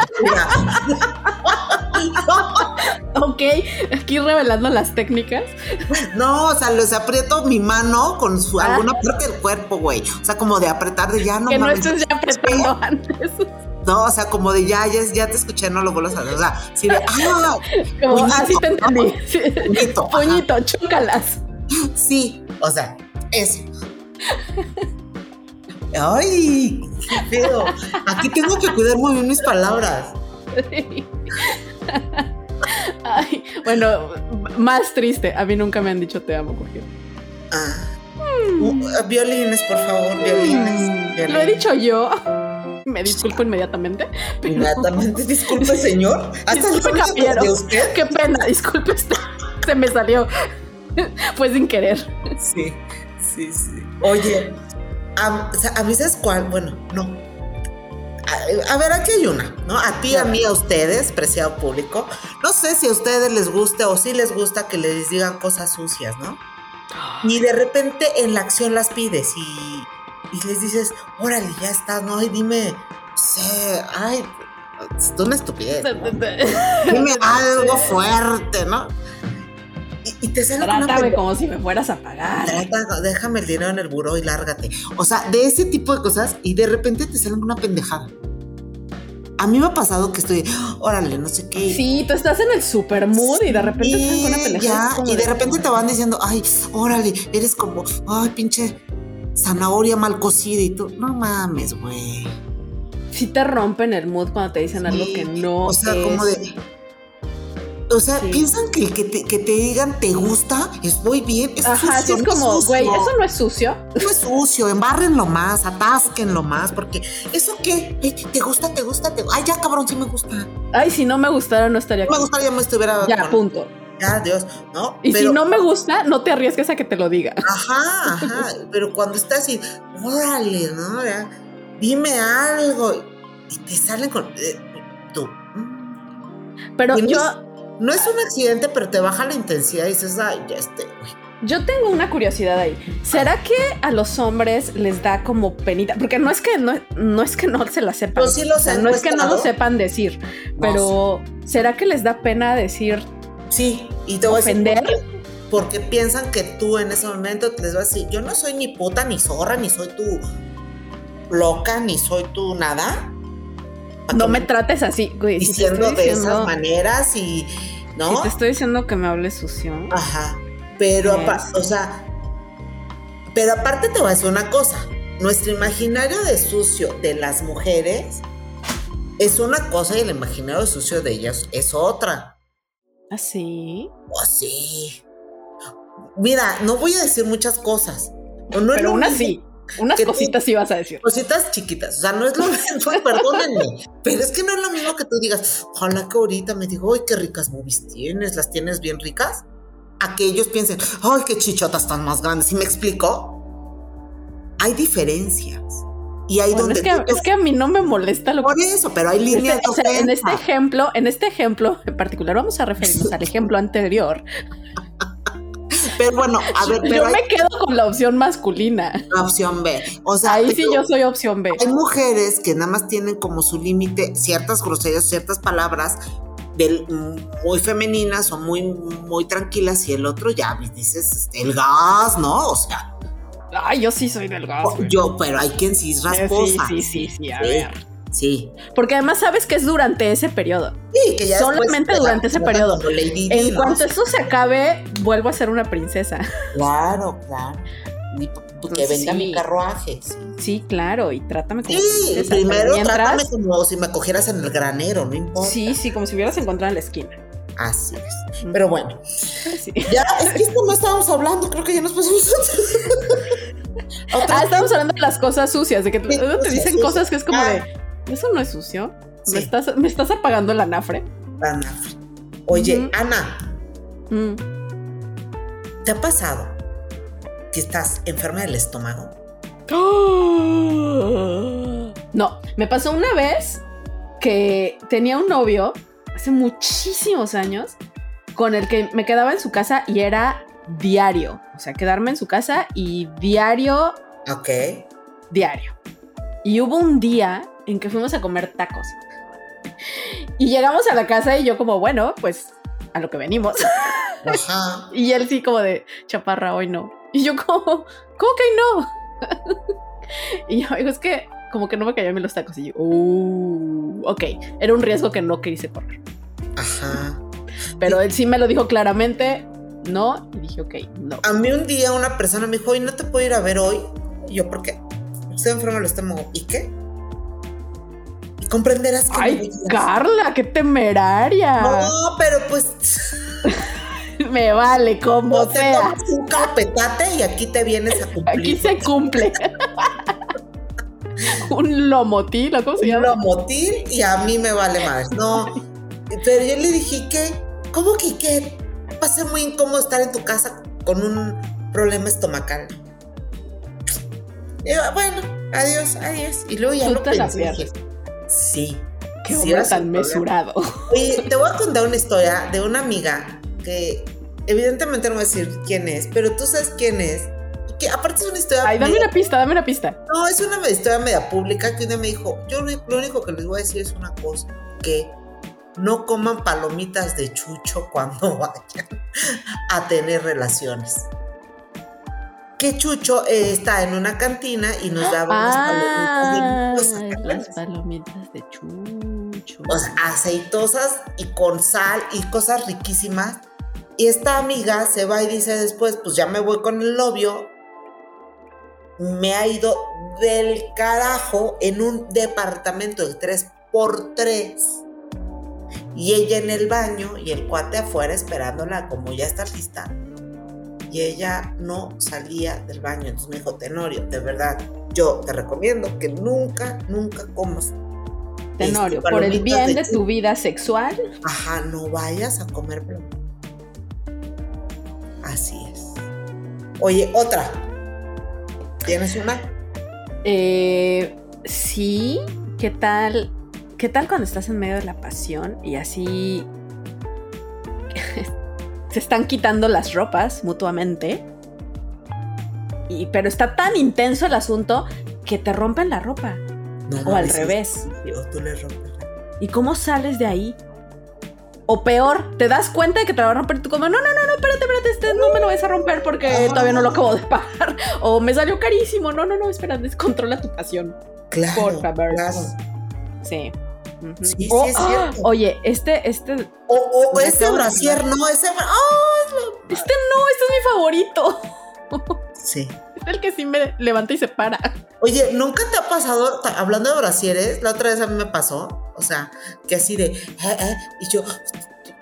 Ok, aquí revelando las técnicas.
No, o sea, los aprieto mi mano con su,
Ah.
alguna parte del cuerpo, güey. O sea, como de apretar de ya no
que no
mames.
estés ya apretando antes.
No, o sea, como de ya, ya, ya te escuché, no lo vuelvas a hacer. O sea, sí de,
<laughs>
ah,
Como
Puñito,
así te entendí. Sí.
puñito. ajá.
Puñito, chúcalas.
Sí, o sea, eso. Ay, qué feo. Aquí tengo que cuidar muy bien mis palabras.
Ay, bueno, más triste. A mí nunca me han dicho te amo, cogido.
Ah. Uh, Violines, por favor, violines. violines.
Mm. Lo he dicho yo. Me disculpo inmediatamente. pero-
Inmediatamente, disculpe, señor. Hasta el
Disculpe, caballero.
de usted.
Qué pena, disculpe. este- Se me salió. Fue sin querer.
Sí, sí, sí. Oye, a, o sea, a mí sabes cuál, bueno, no. A, a ver, aquí hay una, ¿no? A ti, a mí, a ustedes, preciado público. No sé si a ustedes les gusta o si les gusta que les digan cosas sucias, ¿no? Y de repente en la acción las pides y, y les dices, órale, ya estás, ¿no? Y dime, no sé, ay, es una estupidez. ¿no? Dime algo fuerte, ¿no? Y, y te sale con una
Trátame
pende-
como si me fueras a pagar.
Trata, déjame el dinero en el buró y lárgate. O sea, de ese tipo de cosas y de repente te salen una pendejada. A mí me ha pasado que estoy, órale, no sé qué.
Sí, tú estás en el super mood y de repente estás con una
Sí,
pendejada,
ya,
como
y de repente te van diciendo, ay, órale, eres como, ay, pinche zanahoria mal cocida y tú, no mames, güey.
Sí te rompen el mood cuando te dicen algo
Sí,
que no
O sea,
es.
como de. O sea,
Sí.
piensan que el que te, que te digan te gusta es muy bien. Es
Ajá, sí
sucio,
es
no
como,
sucio.
güey, eso no es sucio.
No es sucio, embárrenlo más, atásquenlo más, porque eso qué, Ay, te gusta, te gusta, te Ay, ya cabrón, sí me gusta. No
Ay, si no me gustara, no estaría
me
aquí.
gustaría me estuviera.
Ya,
con-
punto.
Ya, Dios, ¿no?
Y
Pero-
si no me gusta, no te arriesgues a que te lo diga. <laughs>
Ajá, ajá. Pero cuando estás así, órale, ¿no? Ya, dime algo. Y te salen con. eh, tú. mm.
Pero
Y no
yo,
es- No es un accidente, pero te baja la intensidad y dices, ay, ya este, güey.
yo tengo una curiosidad ahí. ¿Será que a los hombres les da como penita? Porque no es que no, no es que no se la sepan.
Yo sí los
O sea,
he
no es que no lo
encuestado.
sepan decir, pero ¿será que les da pena decir
Sí, y te voy a decir
¿Ofender?
por qué. porque piensan que tú en ese momento les vas a decir, yo no soy ni puta, ni zorra, ni soy tu loca, ni soy tu nada. ¿Para
no
qué
me trates así? Güey, si te estoy
diciendo de
diciendo-
esas maneras y no. Ah.
Si te estoy diciendo que me hables sucio.
Ajá. Pero,
Sí.
apa- o sea, pero aparte te voy a decir una cosa. Nuestro imaginario de sucio de las mujeres es una cosa y el imaginario de sucio de ellas es otra.
Así.
Oh, sí. Mira, no voy a decir muchas cosas, O no es
Pero
lo
una
mismo
sí. Unas
que tú-
cositas sí vas a decir.
Cositas chiquitas, o sea, no es lo <laughs> mismo, perdónenme, pero es que no es lo mismo que tú digas, ojalá que ahorita me digo, ay, qué ricas boobies tienes, las tienes bien ricas, a que ellos piensen, ay, qué chichotas tan más grandes, ¿sí me explico? Hay diferencias, y hay
Bueno,
donde
es, que,
tú-
es que a mí no me molesta lo que
por eso, pero hay
Este,
líneas de
o sea, en este
ofensa.
ejemplo, en este ejemplo en particular, vamos a referirnos al ejemplo anterior.
pero bueno, a ver,
yo
pero hay
me quedo con la opción masculina.
una opción B, o sea,
Ahí
te
sí
digo,
yo soy opción B.
Hay mujeres que nada más tienen como su límite ciertas groserías, ciertas palabras del- mm, muy femeninas o muy, muy tranquilas y el otro ya pues, dices este, el gas, ¿no? O sea,
Ay, yo Ah, sí soy del gas.
o-
güey.
yo, pero hay quien sí es
Eh, sí,
rasposa.
sí, sí, sí, a
Sí.
ver.
Sí.
Porque además sabes que es durante ese periodo.
Sí, que ya después
Solamente
te la-
durante ese
te la-
periodo.
como Lady Di,
En
¿no?
cuanto eso se acabe, vuelvo a ser una princesa.
Claro, claro. Ni- que
Entonces,
venga
sí.
mi carruaje. Sí,
Sí, claro, y trátame como
Sí,
princesa.
primero
pero mientras-
trátame como si me cogieras en el granero, no importa.
Sí, sí, como si hubieras encontrado en la esquina.
Así es. Pero bueno, <laughs>
Sí.
Ya, es que esto no estábamos hablando, creo que ya nos pusimos. Otra-
Ah, estamos hablando de las cosas sucias, de que
Sí,
luego te
sucias,
dicen
sucias.
cosas que es como
Ah.
de, eso no es sucio.
Sí,
¿Me, estás, me estás apagando el anafre.
Ana. Oye,
Ujú.
Ana,
Mm.
¿te ha pasado que estás enferma del estómago?
No, me pasó una vez que tenía un novio hace muchísimos años con el que me quedaba en su casa y era diario. O sea, quedarme en su casa y diario,
Ok.
diario. Y hubo un día en que fuimos a comer tacos. Y llegamos a la casa y yo como, bueno, pues a lo que venimos. <laughs>
Ajá.
Y él sí como de chaparra, hoy no. Y yo como, ¿cómo que hoy no? <laughs> y yo digo, es que como que no me caían bien los tacos. Y yo, "Uh, ok, era un riesgo que no quise correr.
Ajá.
Pero él sí me lo dijo claramente, no. Y dije, ok, no.
A mí un día una persona me dijo, oye, no te puedo ir a ver hoy. Y yo, ¿por qué? Estoy enferma del estómago. ¿Y qué? Y comprenderás que. no
Ay,
voy a ir.
Carla, qué temeraria.
No, pero pues.
<laughs> Me vale como
<laughs> te
sea.
tomas un carpetate y aquí te vienes a cumplir.
Aquí se
<laughs>
cumple. un lomotilo, ¿cómo se
un
llama?
lomotil y a mí me vale más. No, pero yo le dije que, ¿cómo que qué? Va a ser muy incómodo estar en tu casa con un problema estomacal. Y yo, bueno, adiós, adiós. Y luego ya
Tú
lo
te la
pensé. y dije,
pierdes.
Sí.
Qué
sí
hombre
era su
tan
problema.
mesurado.
Oye, te voy a contar una historia de una amiga que evidentemente no voy a decir quién es, pero tú sabes quién es. Y Que aparte es una historia
Ay, dame
medio-
una pista, dame una pista.
no, es una historia media pública que una me dijo, yo lo, lo único que les voy a decir es una cosa, que no coman palomitas de chucho cuando <laughs> vayan a tener relaciones. Que Chucho eh, está en una cantina y nos daba
Ah,
unas palomitas de chucho,
las
¿sacas?
palomitas de chucho.
O sea, aceitosas y con sal y cosas riquísimas. Y esta amiga se va y dice después, pues ya me voy con el novio. Me ha ido del carajo en un departamento de 3x3. Y ella en el baño y el cuate afuera esperándola como ya está lista. Y ella no salía del baño. Entonces me dijo, Tenorio, de verdad, yo te recomiendo que nunca, nunca comas.
Tenorio,
este,
por el
palomitas
bien de
chucho".
tu vida sexual,
Ajá, no vayas a comer plomo. Así es. Oye, otra. ¿Tienes una?
eh, sí, ¿qué tal? ¿Qué tal cuando estás en medio de la pasión y así <laughs> se están quitando las ropas mutuamente? Y, pero está tan intenso el asunto que te rompen la ropa.
No,
O al
dices,
revés.
O tú le rompes. la-
¿Y cómo sales de ahí? O peor, te das cuenta de que te va a romper y tú como, no, no, no, no, espérate, espérate, este no me lo vas a romper porque todavía no lo acabo de pagar. <laughs> O me salió carísimo. No, no, no, espera, descontrola tu pasión.
Claro.
Por favor.
claro.
Sí. Ujú.
Sí, sí,
O-
es
¡ah!
cierto.
Oye, este, este, este
O, o- o
Me
ese
acabo de
brasier, no, ese. bra- ¡Ah!
no, este es mi favorito. <laughs>
Sí.
Es el que sí me levanta y se para.
Oye, ¿nunca te ha pasado, ta- hablando de brasieres, la otra vez a mí me pasó, o sea, que así de, "Ah, ah", y yo,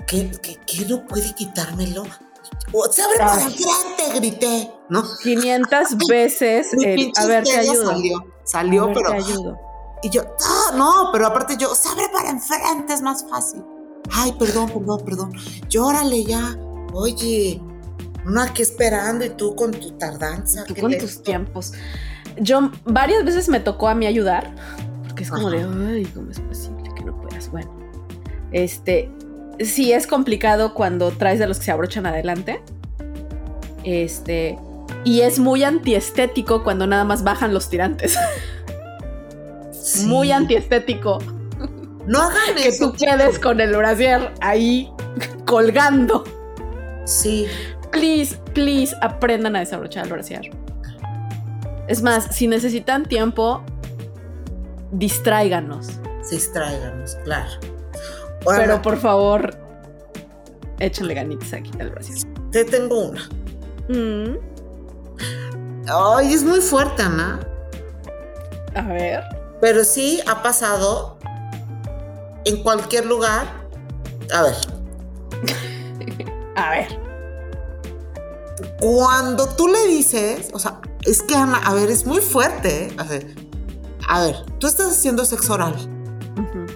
¿qué, qué, qué no puede quitármelo? O se abre más grande, grité, ¿no?
<laughs> 500 veces
Mi
el,
pinche
a ver, te
histeria
ayudo.
Salió,
a
salió
ver,
pero.
te ayudo.
Y yo, ah, no, pero aparte yo, se abre para enfrente, es más fácil. Ay, perdón, perdón, perdón. Llórale ya. Oye, uno aquí esperando y tú con tu tardanza.
Tú
qué
con
lento.
tus tiempos. Yo varias veces me tocó a mí ayudar, porque es como
Ajá.
de, ay, ¿cómo es posible que no puedas? Bueno, este, sí es complicado cuando traes de los que se abrochan adelante. Este, y es muy antiestético cuando nada más bajan los tirantes. <laughs>
Sí.
Muy antiestético
No hagan
que
eso.
tú quedes con el brasier ahí colgando.
Sí.
please, please, aprendan a desabrochar el brasier. Es más, si necesitan tiempo, distráiganos.
se distraiganos, claro.
Pero
Ahora,
por favor, échenle ganitas aquí al brasier.
te tengo una.
Mm,
Ay, es muy fuerte, Ana.
a ver.
Pero sí ha pasado en cualquier lugar. A ver,
A ver.
cuando tú le dices, o sea, es que Ana, a ver, es muy fuerte. ¿eh? O sea, a ver, tú estás haciendo sexo oral
Ujú.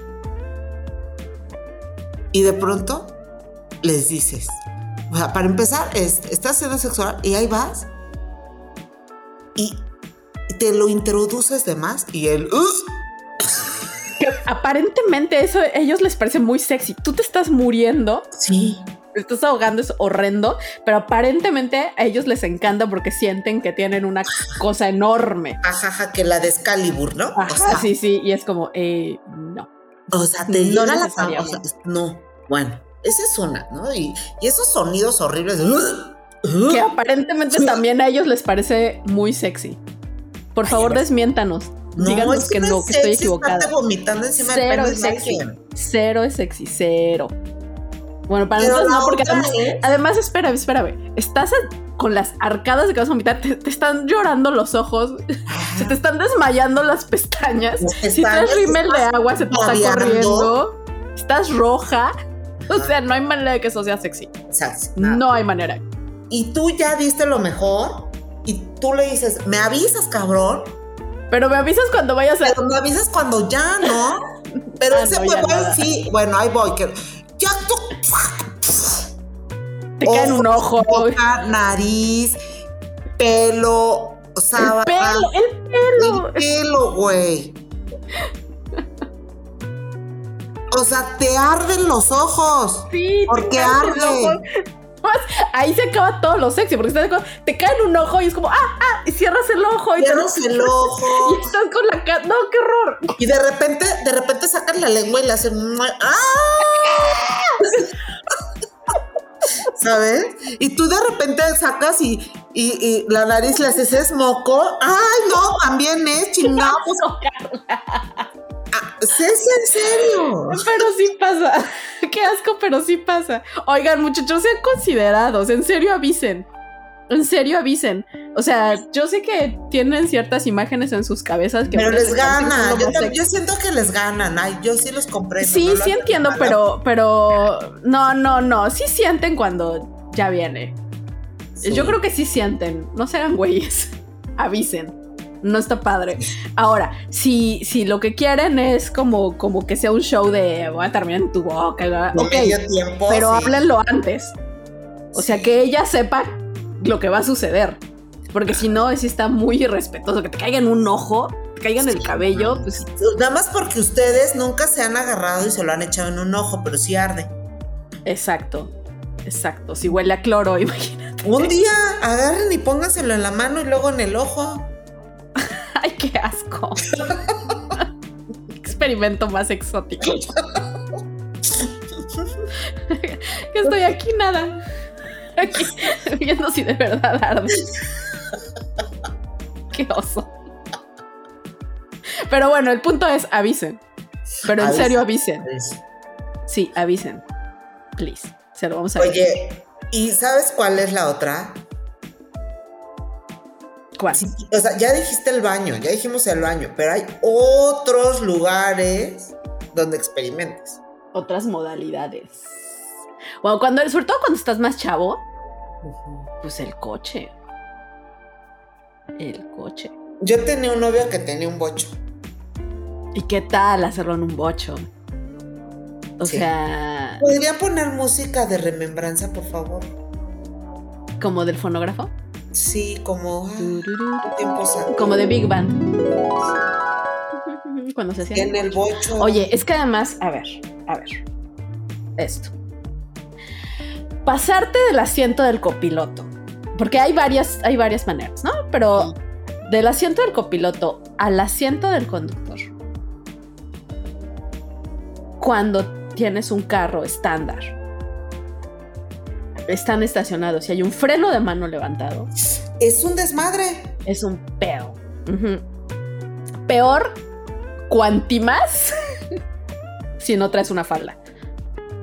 y de pronto les dices, o sea, para empezar, es, estás haciendo sexo oral y ahí vas y te lo introduces de más y él, "Uh",
Que aparentemente eso a ellos les parece muy sexy. Tú te estás muriendo,
sí,
te estás ahogando, es horrendo, pero aparentemente a ellos les encanta porque sienten que tienen una cosa enorme.
ajaja, que la de Excalibur, ¿no?
Ajá,
o sea,
sí, sí, y es como, eh, no.
o sea,
No
te llora la
necesaria,
pan- o sea, no, bueno, esa es una, ¿no? Y, y esos sonidos horribles. de, "Uh, uh".
que aparentemente también a ellos les parece muy sexy. Por favor, desmiéntanos. Díganos
es
que
una
no, que estoy
sexy
equivocada.
estarte vomitando encima del
Cero
pene de
es sexy.
alguien.
Cero es sexy, cero. Bueno, para
Pero
nosotros
la
no, porque
otra
además, <laughs>
es-
además, espérame, espérame. Estás a- con las arcadas de que vas a vomitar, te, te están llorando los ojos, <laughs>
ah,
se te están desmayando las pestañas.
Las
Si traes
pestañas
rímel de
estás
agua, se te está
babeando.
corriendo. Estás roja. O sea, no hay manera de que eso sea sexy.
O sea, sí, nada.
No hay manera.
Y tú ya diste lo mejor y tú le dices, me avisas, cabrón,
Pero me avisas cuando vayas a
pero me avisas cuando ya, ¿no?
<laughs>
Pero
Ah,
ese
no, ya
huevón
nada.
sí, bueno, ahí voy, que ya tú,
Te cae en un ojo.
boca, nariz, pelo,
El
sábana.
pelo, el pelo.
El pelo, güey. O sea, te arden los ojos.
Sí,
Porque
te cae en el
arde.
ojo. Además, Ahí se acaba todo lo sexy, porque estás de acuerdo, te cae en un ojo y es como, ah, ah, y cierras el ojo y te-
Cierras el ojo.
Y estás con la cara. No,
<laughs>
qué horror.
Y de repente, de repente sacan la lengua y le hacen. mua- ¡Ah! ¿Sabes? Y tú de repente sacas y, y- y la nariz le haces es moco. ¡Ay, no! También es chingado. Pues, sí, es en serio.
Pero sí pasa. <laughs> Qué asco, pero sí pasa. Oigan, muchachos, sean considerados. En serio, avisen. En serio, avisen. O sea, yo sé que tienen ciertas imágenes en sus cabezas que.
Pero
pueden
les
parecer que son
gana.
lo
Yo,
más
tam-
sexy.
yo siento que les ganan. Ay, yo sí los compré.
Sí, sí entiendo, pero, pero no, no, no. Sí sienten cuando ya viene. Yo creo que sí sienten. No sean güeyes. <laughs> Avisen. No está padre. Ahora, si, si lo que quieren es como, como que sea un show de voy a terminar en tu boca, bla, bla,
Ok,
ok, pero háblenlo antes. O sea, que ella sepa lo que va a suceder. Porque si no, sí está muy irrespetuoso. Que te caiga en un ojo, te caiga en el
Sí,
cabello.
no.
Pues,
Nada más porque ustedes nunca se han agarrado y se lo han echado en un ojo, pero sí arde.
exacto. Exacto. Si huele a cloro, <laughs> imagínate.
Un día agarren y pónganselo en la mano y luego en el ojo.
Ay, qué asco. Experimento más exótico. que estoy aquí nada. Aquí, viendo si de verdad arde. Qué oso. Pero bueno, el punto es avisen. Pero en
Avisen.
serio avisen. Sí, avisen. Please. Se lo vamos a ver.
Oye, ¿y sabes cuál es la otra?
¿Cuál?
Sí, O sea, ya dijiste el baño, ya dijimos el baño, pero hay otros lugares donde experimentes.
Otras modalidades. Bueno, cuando, sobre todo cuando estás más chavo,
Ujú.
Pues el coche. El coche.
Yo tenía un novio que tenía un bocho.
¿Y qué tal hacerlo en un bocho? O
Sí.
sea,
¿Podría poner música de remembranza, por favor?
como del fonógrafo.
Sí, como ah, tiempos
Como de Big Band. <laughs> Cuando se hacía.
En el bocho.
Oye, es que además, a ver, a ver. Esto. Pasarte del asiento del copiloto. Porque hay varias, hay varias maneras, ¿no? Pero del asiento del copiloto al asiento del conductor. Cuando tienes un carro estándar. Están estacionados y hay un freno de mano levantado
Es un desmadre.
es un pedo. Ujú. Peor, cuanti más, <laughs> si no traes una falda.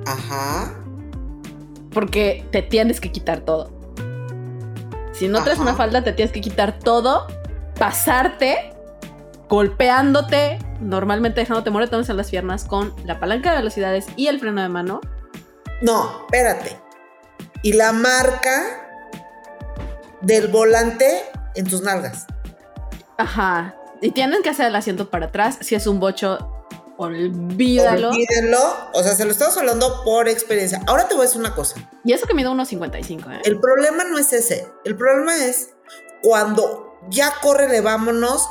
Ajá.
Porque te tienes que quitar todo. Si no traes
Ajá.
una falda, te tienes que quitar todo, pasarte, golpeándote, normalmente dejándote moretones en las piernas con la palanca de velocidades y el freno de mano.
No, espérate. Y la marca del volante en tus nalgas.
Ajá. Y tienen que hacer el asiento para atrás. Si es un bocho, olvídalo.
Olvídenlo. O sea, se lo estamos hablando por experiencia. Ahora te voy a decir una cosa.
Y eso que mido 1.55, ¿eh?
El problema no es ese. El problema es cuando ya corre, vámonos.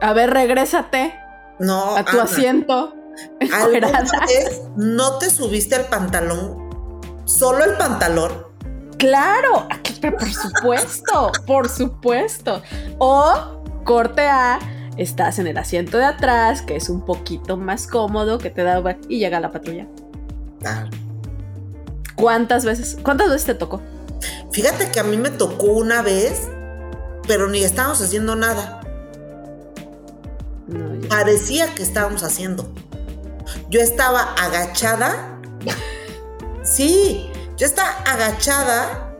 A ver, regrésate.
No.
a tu
Ana,
asiento.
¿Alguna
encuerada.
vez no te subiste al pantalón? Solo el pantalón.
Claro, aquí, pero por supuesto, por supuesto. O corte A, estás en el asiento de atrás, que es un poquito más cómodo, que te da y llega la patrulla.
Ah,
¿Cuántas veces? ¿Cuántas veces te tocó?
Fíjate que a mí me tocó una vez, pero ni estábamos haciendo nada.
No,
Ah,
yo-
Parecía que estábamos haciendo. Yo estaba agachada. Sí, yo estaba agachada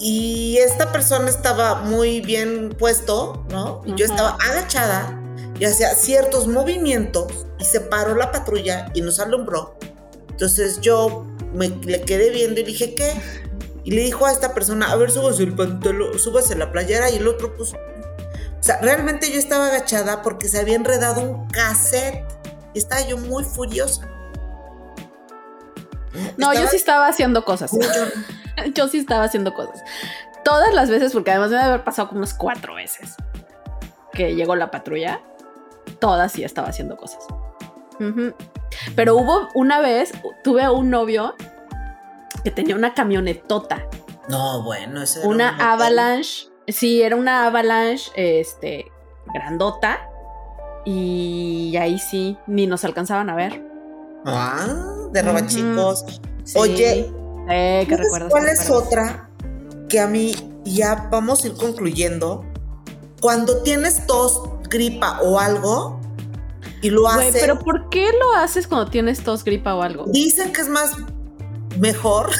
y esta persona estaba muy bien puesto, ¿no? Y Yo
Ajá.
estaba agachada y hacía ciertos movimientos y se paró la patrulla y nos alumbró. Entonces yo me le quedé viendo y le dije, ¿qué? Y le dijo a esta persona, a ver, súbase el pantalón, súbase la playera y el otro puso... O sea, realmente yo estaba agachada porque se había enredado un cassette y estaba yo muy furiosa.
no, yo
Estaba-
sí estaba haciendo cosas.
Uy, yo-
<laughs> Yo sí estaba haciendo cosas. Todas las veces, porque además me debe haber pasado como unas cuatro veces que llegó la patrulla, todas sí estaba haciendo cosas. Ujú.
Mm.
Pero hubo una vez, tuve un novio que tenía una camionetota,
No, bueno, eso era un hotel.
una avalanche. Sí, era una avalanche, este, grandota. Y ahí sí, ni nos alcanzaban a ver.
Ah, de robachicos.
Sí.
Oye,
Eh, ¿qué
¿Sabes
recuerdos?
¿Cuál
qué
es
recuerdos?
otra que a mí ya vamos a ir concluyendo? Cuando tienes tos, gripa o algo y lo
Güey,
haces,
pero ¿por qué lo haces cuando tienes tos, gripa o algo? <laughs>
dicen que es más mejor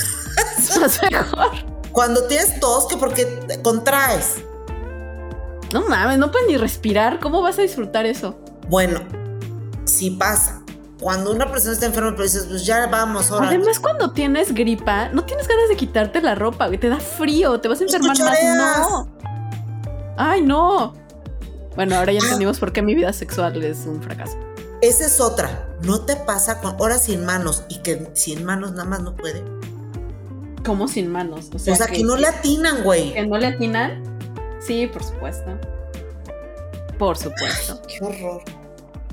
Es más mejor.
cuando tienes tos que porque te contraes.
No mames, no puedes ni respirar. ¿Cómo vas a disfrutar eso?
Bueno, sí pasa. Cuando una persona está enferma, pero dices, pues ya vamos, ahora.
Además, cuando tienes gripa, no tienes ganas de quitarte la ropa, güey. Te da frío, te vas a
Y
enfermar más.
Pues cuchareas.
No. Ay, no. Bueno,
<gasps>
ahora ya entendimos por qué mi vida sexual es un fracaso.
Esa es otra. No te pasa con horas sin manos y que sin manos nada más no puede.
Como sin manos. O sea,
O sea, que, no le atinan, güey.
que no le atinan. Sí, por supuesto. Por supuesto.
Qué horror.
Y-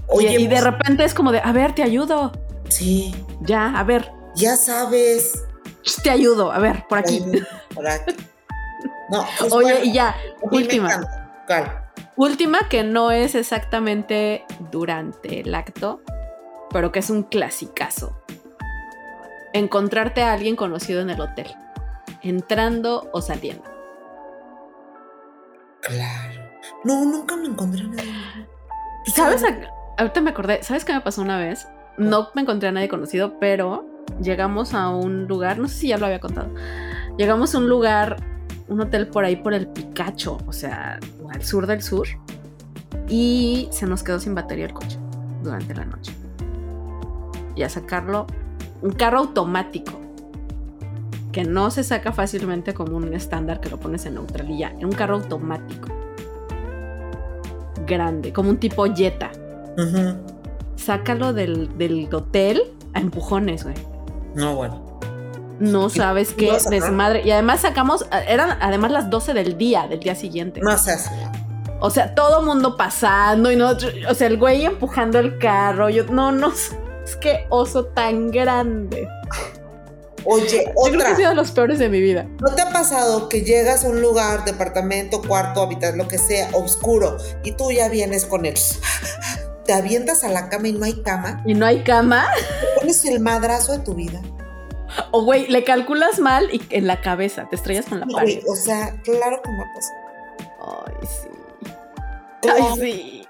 Oye, pues
y, de repente es como de, a ver, te ayudo.
sí,
Ya, a ver,
ya sabes.
te ayudo. A ver, por aquí.
Ay, por aquí. No, pues
<laughs> Oye,
bueno,
y ya,
a mí me
última.
encanta. Claro.
Última que no es exactamente durante el acto, pero que es un clasicazo. Encontrarte a alguien conocido en el hotel, entrando o saliendo.
Claro. No, nunca me encontré a nadie.
Pues, ¿Sabes? a- ahorita me acordé, ¿sabes qué me pasó una vez? No me encontré a nadie conocido, pero llegamos a un lugar, no sé si ya lo había contado, llegamos a un lugar, un hotel por ahí por el Picacho, o sea, al sur del sur, y se nos quedó sin batería el coche durante la noche. Y a sacarlo, un carro automático, que que no se saca fácilmente como un estándar que lo pones en neutral y ya, en un carro automático. Grande, como un tipo Jetta.
Ujú.
Sácalo del, del hotel a empujones, güey.
No, bueno.
No sabes qué
vas a sacar.
desmadre. Y además sacamos, eh, eran además las 12 del día, del día siguiente.
No seas.
O sea, todo mundo pasando y no, o sea, el güey empujando el carro. Yo, no, no, es que oso tan grande.
Oye,
Yo creo que ha
otra.
sido de los peores de mi vida.
¿No te ha pasado que llegas a un lugar, departamento, cuarto, hábitat, lo que sea, oscuro, y tú ya vienes con él? <sighs> Te avientas a la cama y no hay cama.
Y no hay cama.
Pones el madrazo de tu vida.
O güey, le calculas mal y en la cabeza te estrellas con la
Y,
pared.
güey, O sea, claro que me ha pasado.
Ay, sí.
Claro
Ay,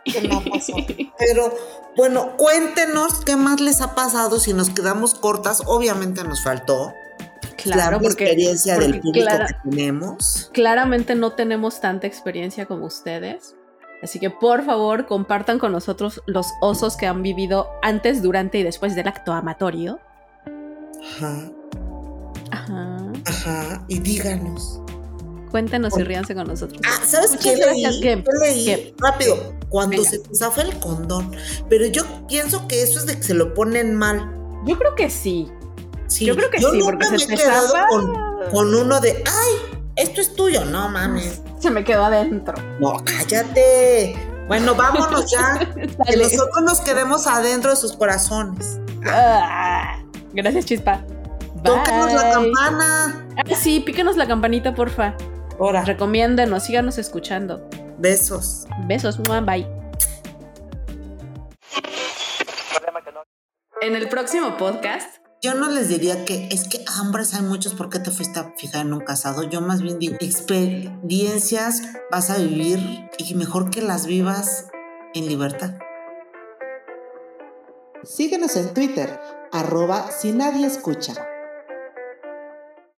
que me ha pasado.
sí.
Pero bueno, cuéntenos qué más les ha pasado si nos quedamos cortas. Obviamente nos faltó
<laughs> Claro,
la
porque
experiencia
porque
del público
clara-
que tenemos.
claramente no tenemos tanta experiencia como ustedes. Así que por favor, compartan con nosotros los osos que han vivido antes, durante y después del acto amatorio.
Ajá,
Ajá.
ajá. Y díganos.
Cuéntenos y ríanse con nosotros.
Ah, ¿sabes
Muchas
qué leí?
gracias, ¿qué?
¿Qué leí?
¿Qué?
Rápido, cuando
Venga.
se te zafa el condón. Pero yo pienso que eso es de que se lo ponen mal.
Yo creo que sí.
Sí,
Yo creo que sí,
nunca
porque
me
se
he
te
quedado
zapa.
con, con uno de, ay, esto es tuyo. No mames.
Se me quedó adentro.
No, cállate. Bueno, vámonos
<laughs>
ya. Que
Dale.
nosotros nos quedemos adentro de sus corazones.
Ah, Gracias, Chispa. Bye.
Tócanos la campana.
Ah, sí, píquenos la campanita, porfa.
Ahora,
Recomiéndenos, síganos escuchando.
besos.
Besos, mua, bye. En el próximo podcast,
Yo no les diría que es que hambres hay muchos, ¿por qué te fuiste a fijar en un casado? Yo más bien digo, experiencias vas a vivir y mejor que las vivas en libertad.
Síguenos en Twitter, arroba si nadie escucha.